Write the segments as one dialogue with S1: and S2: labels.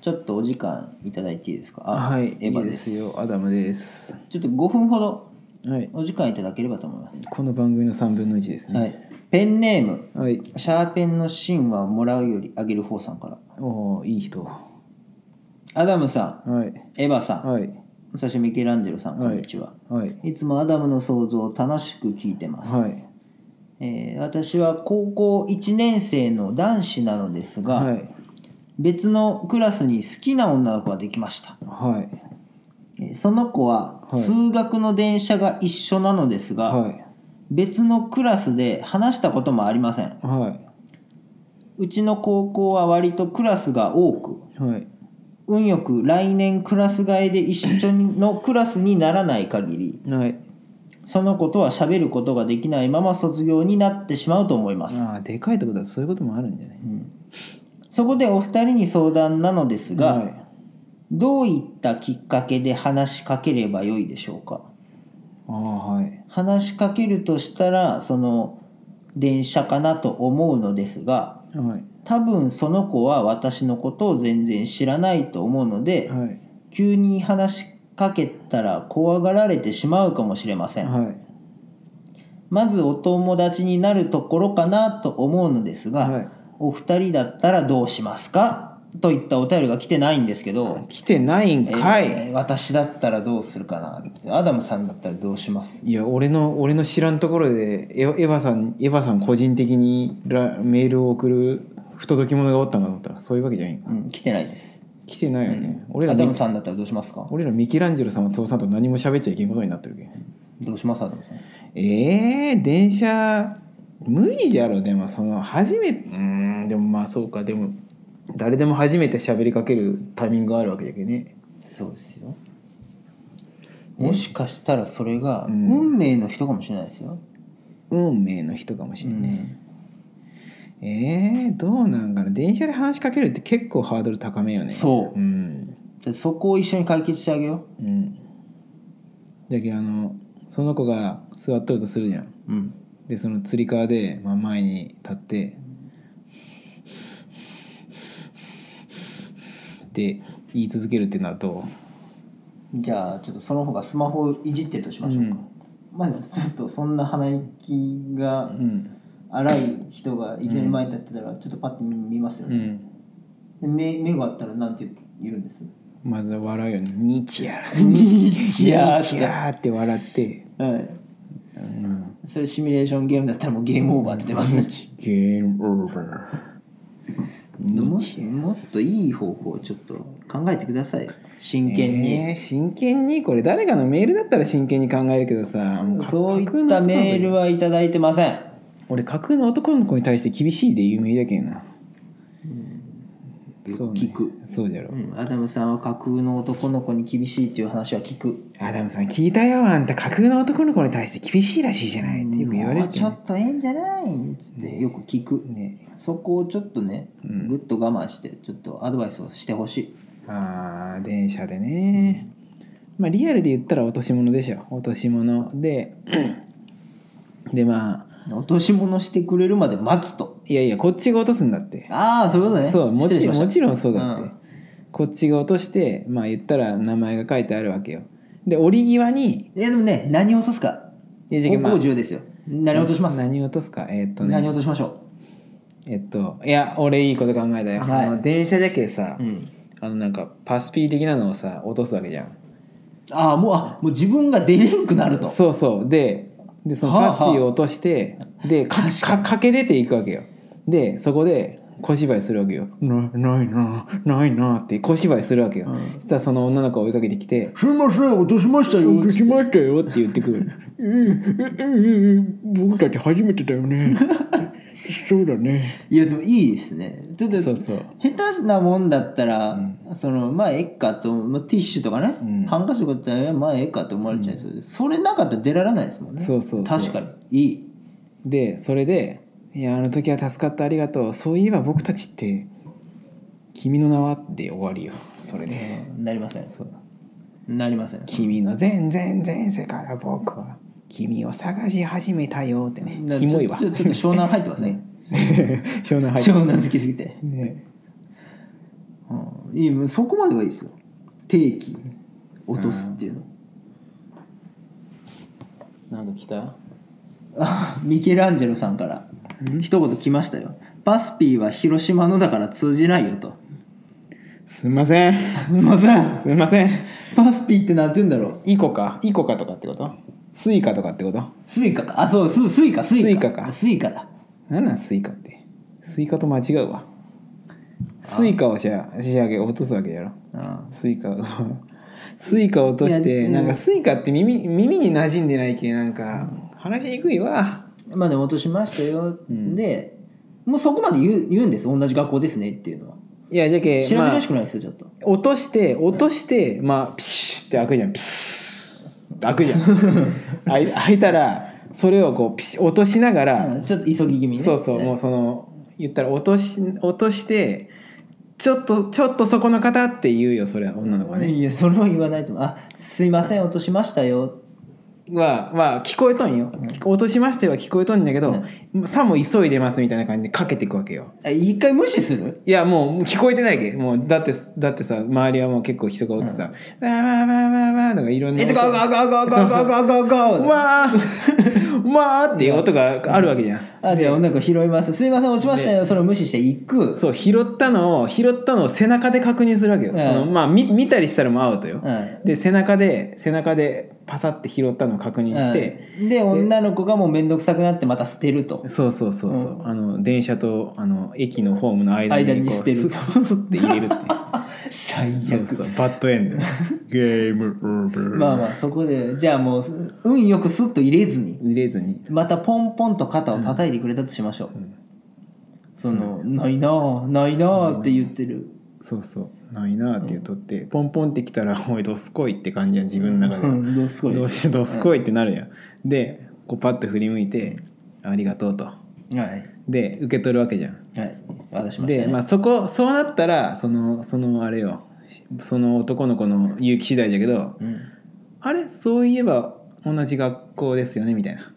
S1: ちょっとお時間いただいていいですかあ
S2: はい、
S1: エ
S2: い
S1: ヴ
S2: い
S1: ァで
S2: ですすよ、アダムです。
S1: ちょっと5分ほど
S2: はい、
S1: お時間いただければと思います、
S2: この番組の3分の1です
S1: は
S2: ね。
S1: い、ペンネーム
S2: はい、
S1: シャーペンの芯はもらうよりあげる方さんから
S2: おーいい人。は
S1: アダムさ
S2: い、
S1: んエヴァさん、
S2: はい、
S1: そしてミケランジェロさんこんにちは、
S2: はい、
S1: い、つもアダムの想像を楽しく聞いてます、
S2: はい、
S1: えー私は高校1年生の男子なのですが、
S2: はい、
S1: 別のクラスに好きな女の子ができました
S2: はい、
S1: えーその子は
S2: はい
S1: 通学の電車が一緒なのですが、
S2: はい、
S1: 別のクラスで話したこともありません
S2: は
S1: うちの高校は割とクラスが多く
S2: い、はい、
S1: 運よく来年クラス替えで一緒にのクラスにならない限り
S2: はい。
S1: その子とは喋ることができないまま卒業になってしまうと思います、
S2: ああ、でかいってことはそういうこともあるんじゃない
S1: そこでお二人に相談なのですが、
S2: はい
S1: どういったきっかけで話しかければよいでしょうか
S2: ああ、はい、
S1: 話しかけるとしたらその電車かなと思うのですが
S2: はい、
S1: 多分その子は私のことを全然知らないと思うので、
S2: はい、
S1: 急に話しかけたら怖がられてしまうかもしれません、
S2: はい、
S1: まずお友達になるところかなと思うのですが、
S2: はい
S1: お二人だったらどうしますかといったお便りが来てないんですけど、
S2: 来てないんかい、
S1: えー私だったらどうするかなってアダムさんだったらどうします
S2: いや俺の俺の知らんところでエヴエヴァさんエヴァさん個人的にラメールを送る不届き者がおったんかと思ったらそういうわけじゃないんか
S1: うん、来てないです。
S2: 来てないよね、俺
S1: ア
S2: ら
S1: ダム
S2: ミ
S1: さんだったらどうしますか
S2: 俺らミケランジェロさんは父さんと何も喋っちゃいけんことになってるけん
S1: どうしますアダムさん。
S2: えー、電車無理じゃろでもその初めうーんでもまあそうかでも誰でも初めて喋りかけるタイミングがあるわけじゃけんね
S1: そうですよ。もしかしたらそれが
S2: うん
S1: 運命の人かもしれないですよ。
S2: 運命の人かもしれんね、えー、どうなんかな電車で話しかけるって結構ハードル高めよね
S1: そう
S2: うん
S1: でそこを一緒に解決してあげよ
S2: うんじゃけあのその子が座っとるとするじゃん
S1: う。うん。
S2: でそのつり革で、まあ、前に立ってって言い続けるっていうのはど
S1: じゃあちょっとその方がスマホをいじってるとしましょうか。まずちょっとそんな鼻息
S2: う、
S1: が
S2: うん
S1: 荒い人がいきなり前に立ってたらちょっとパッと見ますよ
S2: う
S1: ね。
S2: ん、
S1: で目目があったらなんて言うんです
S2: まずは笑うよね「日夜」
S1: 日夜
S2: 日夜って笑って、
S1: はい。
S2: うん、
S1: それシミュレーションゲームだったらもうゲームオーバーって出ますね。
S2: ゲームオーバ
S1: も
S2: ー
S1: もっといい方法をちょっと考えてくださいよ真剣に、
S2: えー真剣にこれ誰かのメールだったら真剣に考えるけどさもか
S1: そうい
S2: 架空
S1: っ
S2: の
S1: た
S2: 男の子
S1: メールはいただいてません
S2: 俺架空の男の子に対して厳しいで有名だけんな、そうね
S1: 聞く、
S2: そうじゃろ、
S1: うん、アダムさんは架空の男の子に厳しいっていう話は聞く
S2: アダムさん聞いたよあんた架空の男の子に対して厳しいらしいじゃないってよく言われ
S1: もう
S2: て
S1: ちょっとええんじゃないっつってよく聞く、
S2: ね
S1: そこをちょっとね
S2: うん
S1: ぐっと我慢してちょっとアドバイスをしてほしい
S2: あー電車でねまあリアルで言ったら落とし物でしょ落とし物で でまあ
S1: 落とし物してくれるまで待つと
S2: いやいやこっちが落とすんだって
S1: ああそういうことね
S2: そうも
S1: 失礼
S2: ち
S1: しました
S2: もちろんそうだって、
S1: うん
S2: こっちが落としてまあ言ったら名前が書いてあるわけよで折り際に
S1: いやでもね何を落とすか
S2: いやじゃけ
S1: 高
S2: んまあ
S1: 校重要ですよ何を落とします、
S2: 何落とすかえーっとね
S1: 何を落としましょ
S2: えっといや俺いいこと考えたよ、
S1: はい
S2: あの電車じゃけさ、
S1: う、うん
S2: あのなんかパスピー的なのをさ落とすわけじゃん
S1: ああもうあもう自分が出れんくなると
S2: そうそうででその
S1: はあは
S2: パ
S1: あ
S2: スピーを落として、でか
S1: 確
S2: か駆け出ていくわけよでそこで小芝居するわけよ「なないなないな」って小芝居するわけよ、
S1: うん
S2: そしたらその女の子を追いかけてきて
S1: すいません落としました
S2: 「
S1: よ
S2: 落としましたよ」って言ってくる「うんうんうんうん僕たち初めてだよねそうだね
S1: いやでもいいですねちょっ」と
S2: そうそう
S1: 下手なもんだったら、そのまあえっかと、まあ、ティッシュとかね、
S2: うん
S1: ハンカチとかだったらえまあええかと思われちゃいそうで、それなかったら出られないですもんね
S2: そうそうそう
S1: 確かにいい
S2: でそれで「いやあの時は助かったありがとうそういえば僕たちって君の名は?」で終わりよそれで
S1: なりません
S2: そう
S1: なりません
S2: 「君の全然前世から僕は君を探し始めたよ」ってねキモいわ
S1: ちょちょちょっと湘 南入ってますね
S2: ね湘南入っ
S1: 湘南好きすぎて、
S2: てね
S1: うんいいそこまではいいですよ定期落とすっていうの、
S2: なんか来た
S1: あミケランジェロさんから一言来ましたよバスピーは広島のだから通じないよと
S2: すいません
S1: すいません
S2: すいません
S1: バスピーってなんて言うんだろう
S2: イコかイコかとかってことスイカとかってこと
S1: スイカかあそうススイカスイカ
S2: スイカか
S1: スイカだ
S2: なんなんスイカってスイカと間違うわスイカをじゃあ仕上げ落とすわけやろ
S1: うん
S2: スイカをスイカを落とし
S1: いや
S2: て
S1: うん
S2: なんかスイカって耳耳に馴染んでないけなんか話しにくいわ
S1: まあでも落としましたよ、
S2: うん
S1: でもうそこまで言う言うんです同じ学校ですねっていうのはい
S2: やじゃけ
S1: 調べ
S2: まあ
S1: らしくないですよちょっと、
S2: 落として落としてまあピシュって開くじゃんピシュって開くじゃ ん開い開いたらそれをこうピシュ落としながら、
S1: うんちょっと急ぎ気味ね
S2: そうそう、もうその言ったら落とし落としてちょっとちょっとそこの方って言うよそれは女の子はね、
S1: いやそれは言わないと思うあすいません落としましたよ
S2: はは聞こえとんよ、落としましては聞こえとんだけど、さも急いでますみたいな感じでかけていくわけよ
S1: え一回無視する
S2: いやもうもう聞こえてないけもうだってだってさ周りはもう結構人がおってさ「わーわーわーわーわー」とかいろんな
S1: え
S2: 音
S1: っとガガガガガガガガガガ
S2: わーわーっていう音があるわけじゃん
S1: あじゃあ女の子拾いますすいません落ちましたよそれを無視して行く
S2: そう拾ったのを拾ったのを背中で確認するわけよ、
S1: うん
S2: そのまあ見見たりしたらもうアウトよ、
S1: うん
S2: で背中で背中でパサって拾ったのを確認して、
S1: うんで女の子がもう面倒くさくなってまた捨てると
S2: そうそうそうそう、あの電車とあの駅のホームの間
S1: 間に
S2: にこう
S1: 捨てる
S2: ススススって入 れるっていう
S1: 最
S2: そ
S1: 悪
S2: うそうバッドエンドゲームオーバー
S1: まあまあそこでじゃあもう運よくスッと入れずに
S2: 入れずに
S1: またポンポンと肩を叩いてくれたとしましょう、その「ないなあないなあ」って言ってる、
S2: そうそうないなーって言うとって、ポンポンってきたら「おいどすこい」って感じやん自分の中で
S1: う、ん、どうすごい
S2: ど
S1: で
S2: う
S1: す
S2: しどすこいってなるやん、でこうパッと振り向いて「ありがとう」と
S1: はい
S2: で受け取るわけじゃん
S1: はい渡しましたね、
S2: で、まあ、そこそうなったらそのそのあれよその男の子の勇気次第だけど
S1: うん
S2: あれそういえば同じ学校ですよねみたいな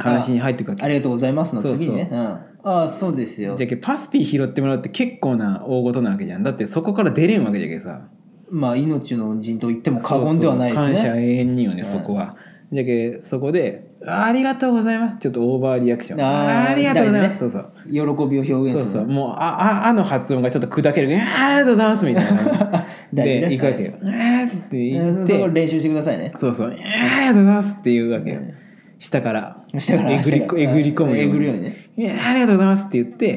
S2: 話に入ってくわけ
S1: ありがとうございますの次にね
S2: そう
S1: うん、ああそうですよ
S2: じゃけパスピー拾ってもらうって結構な大事なわけじゃんだってそこから出れんわけじゃけさ
S1: まあ命の恩人と言っても過言ではないですね
S2: そうそう感謝永遠によ
S1: う
S2: ね
S1: ん
S2: そこは、じゃけそこで「ありがとうございます」ちょっとオーバーリアクション
S1: あー
S2: りがとうございます、
S1: 大
S2: そうそう
S1: 喜びを表現する
S2: そうそうもうあああの発音がちょっと砕けるあありがとうございますみたいな
S1: 大事ね
S2: で行くわけよ「ああ」って
S1: う
S2: 言
S1: ん
S2: っ
S1: そこ
S2: て
S1: 練習してくださいね
S2: そうそう「あーありがとうございます」って言うわけよ下から
S1: 下から
S2: えぐりこえぐり込む
S1: えぐるよ
S2: よ
S1: う
S2: う
S1: に
S2: に
S1: ね、
S2: 「いやありがとうございます」って言っ
S1: う
S2: て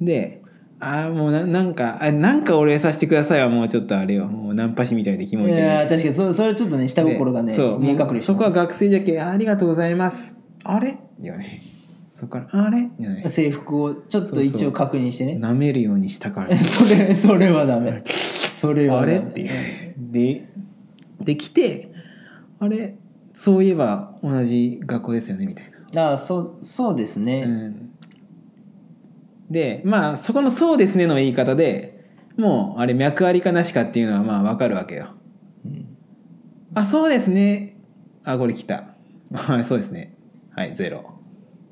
S1: ん
S2: で「ああもうななんかあなんかお礼させてください」はもうちょっとあれよもうナンパ師みたいでキモい
S1: い
S2: けど
S1: やー確かにそそれはちょっとね下心がね
S2: でそう
S1: 見え隠れして
S2: そ
S1: ま
S2: こ
S1: す
S2: は学生じゃけ「ありがとうございます」「あれ?」よねそこから「あれ?」よね
S1: 制服をちょっと
S2: そう
S1: 一
S2: そ
S1: 応
S2: う
S1: 確認してね
S2: 舐めるように下 から
S1: それそれはダメそれは
S2: あ
S1: ダメ
S2: れっていう。で、できて、あれ、そういえば同じ学校ですよねみたいな。
S1: ああそうそうですね、
S2: うん、で、まあ、そこのそうですねの言い方でもう、あれ、脈ありかなしかっていうのはまあわかるわけよ。あ、そうですね。あ、これ来た。 はい、そうですね。はい、ゼロ。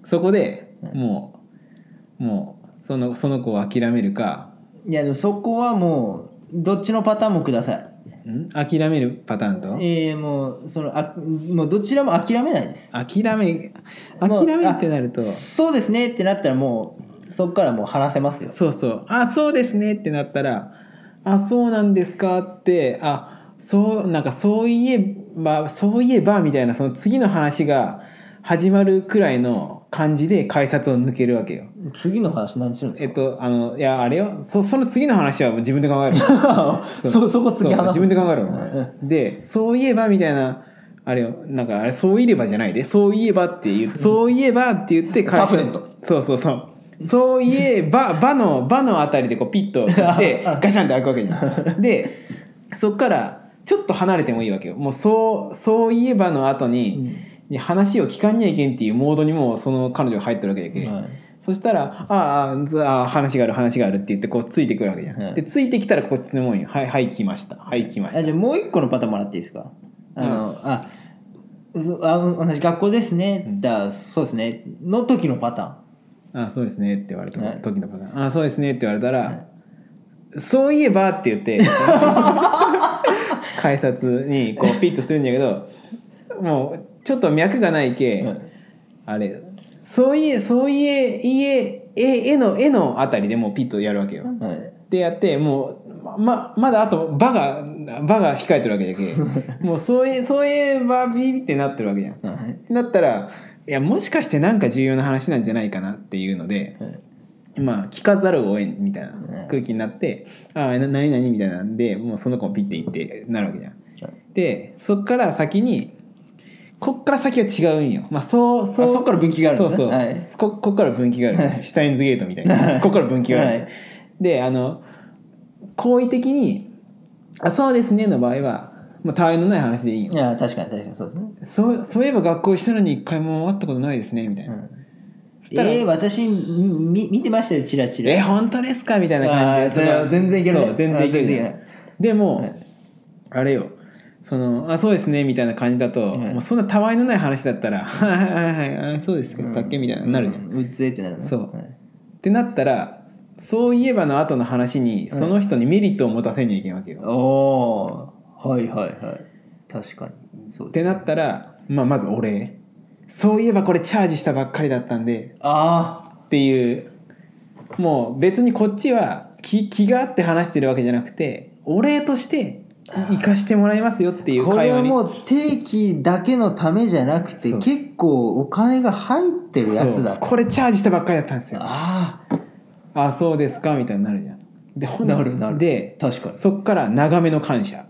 S2: そこでもう、もう、そのその子を諦めるか、
S1: いやでもそこはもうどっちのパターンもください
S2: ん諦めるパターンと
S1: えー、もうそのあもうどちらも諦めないです
S2: 諦め
S1: もう
S2: 諦めるってなると
S1: あそうですねってなったらもうそこからもう話せますよ
S2: そうそうあそうですねってなったらあそうなんですかってあそうなんかそういえばそういえばみたいなその次の話が始まるくらいの感じで改札を抜けるわけよ。
S1: 次の話何するんです
S2: えっ
S1: か、
S2: とあのいやあれよそその次の話は自分で考えるの。
S1: そそこ次
S2: そう
S1: 話
S2: 自
S1: す
S2: 分で考えるの。でそういえばみたいなあれよなんかあれそういえばじゃないでそういえばって言うそういえばって言って返
S1: パ
S2: す
S1: フレント
S2: そうそうそう。そういえば、 ばの、ばのあたりでこうピッと切って、ガシャンって開くわけじゃ ん。で、そっから、ちょっと離れてもいいわけよ。もう、そう、そういえばの後に、に話を聞かんにゃいけんっていうモードにもう、その彼女が入ってるわけだけ、
S1: はい
S2: そしたら、ああずあ、話がある、話があるって言って、こう、ついてくるわけじゃん。
S1: はい
S2: で、ついてきたらこっちのもんよ。はい、はい、来ました。はい、来ました
S1: あ。じゃあもう一個のパターンもらっていいですかあの、あそあ同じ学校ですね、だそうですねの時のパターン
S2: あそうですねって言われた
S1: はい
S2: 時のパターン、あそうですねって言われたら、そういえばって言って改札にこうピッとするんだけどもうちょっと脈がないけ、あれそういえそういえいえええのえのあたりでもうピッとやるわけよ。
S1: はい
S2: ってやってもうままだあと「ば」が「ば」が控えてる わけだけもうそういえそういえばビビってなってるわけじゃん。
S1: はい
S2: だったらいやもしかしてなんか重要な話なんじゃないかなっていうので。
S1: はい
S2: まあ聞かざるを得んみたいな
S1: うん
S2: 空気になって「ああな何々」みたいなんでもうその子もピッて行ってなるわけじゃん。でそっから先にこっから先は違うんよ。まあそう
S1: あそこから分岐があるんで
S2: そう
S1: す
S2: そ
S1: ね
S2: う、
S1: はい
S2: ここっから分岐がある、
S1: はい
S2: シュタインズゲートみたいな、
S1: はい
S2: ここから分岐がある、
S1: はい
S2: であの好意的に「あそうですね」の場合はもうたわいのない話でいいよ、
S1: いや確かに確かにそうですね
S2: そうそういえば学校一緒なのに一回も会ったことないですねみたいな、そしたら
S1: えー、私み見てましたよチラチラ
S2: え本当ですかみたいな
S1: あ
S2: 感
S1: ー
S2: じ
S1: それ
S2: で
S1: は全然いけるね
S2: そう全然いけるじゃん
S1: あー全然い
S2: でも、
S1: はい
S2: あれよそのあそうですねみたいな感じだと、
S1: はい
S2: もうそんなたわいのない話だったら「 はいはいはいはいあそうですか、
S1: うん
S2: かっけ」みたいになるじゃん、
S1: うんうっぜってなるね
S2: そう
S1: はい
S2: ってなったらそういえばの後の話に
S1: うん
S2: その人にメリットを持たせにゃいけんわけよ。
S1: おーはいはいはい確かにそう
S2: っ
S1: です
S2: てなったら、まあ、まずお礼そういえばこれチャージしたばっかりだったんで
S1: あ
S2: っていうもう別にこっちは気気があって話してるわけじゃなくてお礼として行かしてもらいますよってい
S1: あ
S2: う
S1: こ
S2: 会
S1: れ
S2: 話
S1: は
S2: に
S1: もう定期だけのためじゃなくて
S2: そう
S1: 結構お金が入ってるやつだ
S2: そうこれチャージしたばっかりだったんですよあ
S1: あ
S2: あそうですかみたいになるじゃん。でほん
S1: なるなる
S2: で
S1: あ確か
S2: そっから長めの感謝。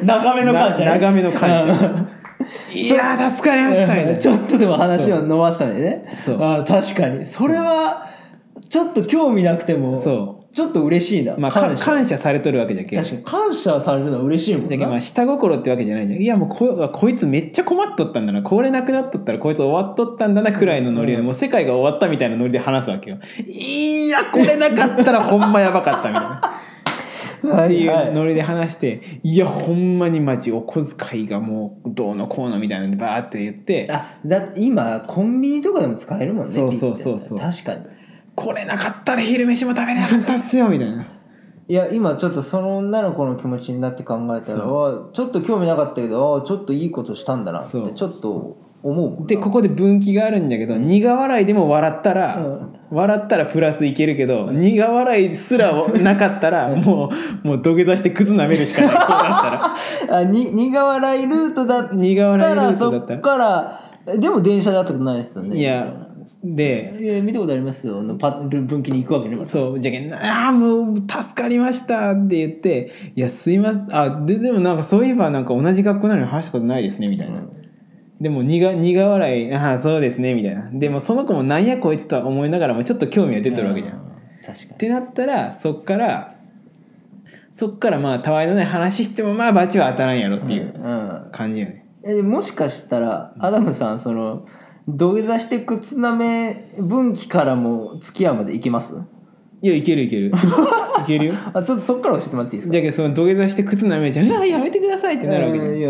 S1: に長め
S2: な 長めの感じ いやー助かりましたみたいな
S1: ちょっとでも話を伸ばすためにね
S2: そう
S1: あー確かにそれはちょっと興味なくても
S2: そ
S1: ちょっと嬉しいな、
S2: うまあ
S1: 感
S2: 感
S1: 謝
S2: 謝感謝されとるわけじゃけ
S1: 確かに感謝されるのは嬉しいもん
S2: だけどま
S1: な
S2: あ下心ってわけじゃないじゃんいやもうここいつめっちゃ困っとったんだなこれなくなっとったらこいつ終わっとったんだなくらいのノリで、
S1: うん
S2: もう世界が終わったみたいなノリで話すわけよいやこれなかったらほ んまやばかったみたいな
S1: は
S2: ってい
S1: いうは
S2: ノリで話していやほんまにマジお小遣いがもうどうのこうのみたいなのでバーって言って
S1: い、あだ今コンビニとかでも使えるもんね
S2: そうそう
S1: ピッてやったら
S2: そう
S1: 確かに
S2: これなかったら昼飯も食べれなかったっすよみたいない
S1: や今ちょっとその女の子の気持ちになって考えたら
S2: そ
S1: あちょっと興味なかったけどあちょっといいことしたんだなっ
S2: そ
S1: て
S2: う
S1: ちょっと思うもんな
S2: でここで分岐があるんだけど、苦笑いでも笑ったら、
S1: うん
S2: 笑ったらプラスいけるけど、苦笑いすらなかったら、もうもう土下座してクズ舐めるしかないそうだった ら
S1: あに苦笑いルートだっ
S2: 苦
S1: た
S2: 笑いル
S1: ら
S2: ート
S1: そ
S2: だった
S1: っ
S2: ら
S1: からえでも電車で会ったことないですよね
S2: いやで
S1: いや見たことありますよのパ分岐に行くわけねまず
S2: そうじゃけんああもう助かりましたって言っていやすいませんあででもなんかそういえばなんか同じ学校なのに話したことないですねみたいな、でも苦苦笑いああそうですねみたいなでもその子もなんやこいつとは思いながらもちょっと興味が出てるわけじゃん
S1: う確か
S2: っ
S1: に
S2: てなったらそっからそっからまあたわいのない話してもまあバチは当たらんやろっていう
S1: うん
S2: 感じよね、
S1: えもしかしたらアダムさんその土下座して靴なめ分岐からも付き合うまで行けます
S2: いやいけるいけるいけるよ
S1: あちょっとそっから教えてもらっていいですか
S2: じゃけどその土下座して靴舐めちゃう「うわやめてください」ってなるわけじゃ
S1: うんい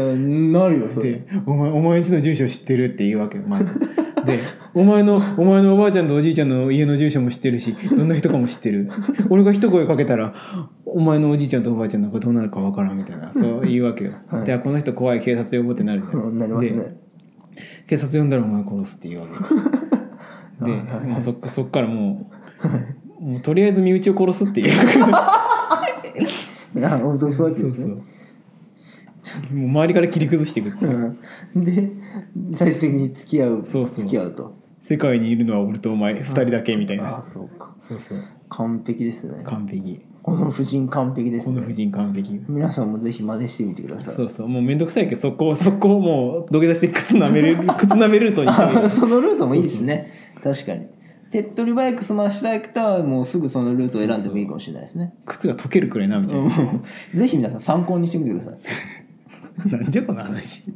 S1: やなるよそれ
S2: でお前お前んちの住所知ってるって言うわけよまずでお前のお前のおばあちゃんとおじいちゃんの家の住所も知ってるしどんな人かも知ってる俺が一声かけたらお前のおじいちゃんとおばあちゃんなんかどうなるかわからんみたいなそう言うわけよ、
S1: はい
S2: であこの人怖い警察呼ぼうってなるじゃん、
S1: うんなります
S2: で
S1: ね
S2: 警察呼んだらお前殺すって言うわけ で、まあ、そっかそっからもうもうとりあえず身内を殺すっていう
S1: あ脅すわけ
S2: そ
S1: で
S2: う
S1: す
S2: そ
S1: ね
S2: うもう周りから切り崩していくっていう
S1: うんで最終的に付き合う
S2: そうそう
S1: 付き合うと
S2: 世界にいるのは俺とお前二人だけみたい
S1: あ
S2: な
S1: そうか
S2: そうそう
S1: 完璧ですね
S2: 完璧
S1: この夫人完璧です
S2: この
S1: ね
S2: 婦人完璧
S1: 皆さんもぜひ真似してみてください
S2: そうそうもうめんどくさいけどそこをそこをもう土下座して靴舐める 靴舐めルートに行ってみ
S1: あ
S2: る
S1: そのルートもいいですね確かに手っ取り早く済ましたくたはもうすぐそのルートを選んでもいいかもしれないですね
S2: 靴が溶けるくらい舐めちゃう、
S1: うんぜひ皆さん参考にしてみてください
S2: なんじゃこの話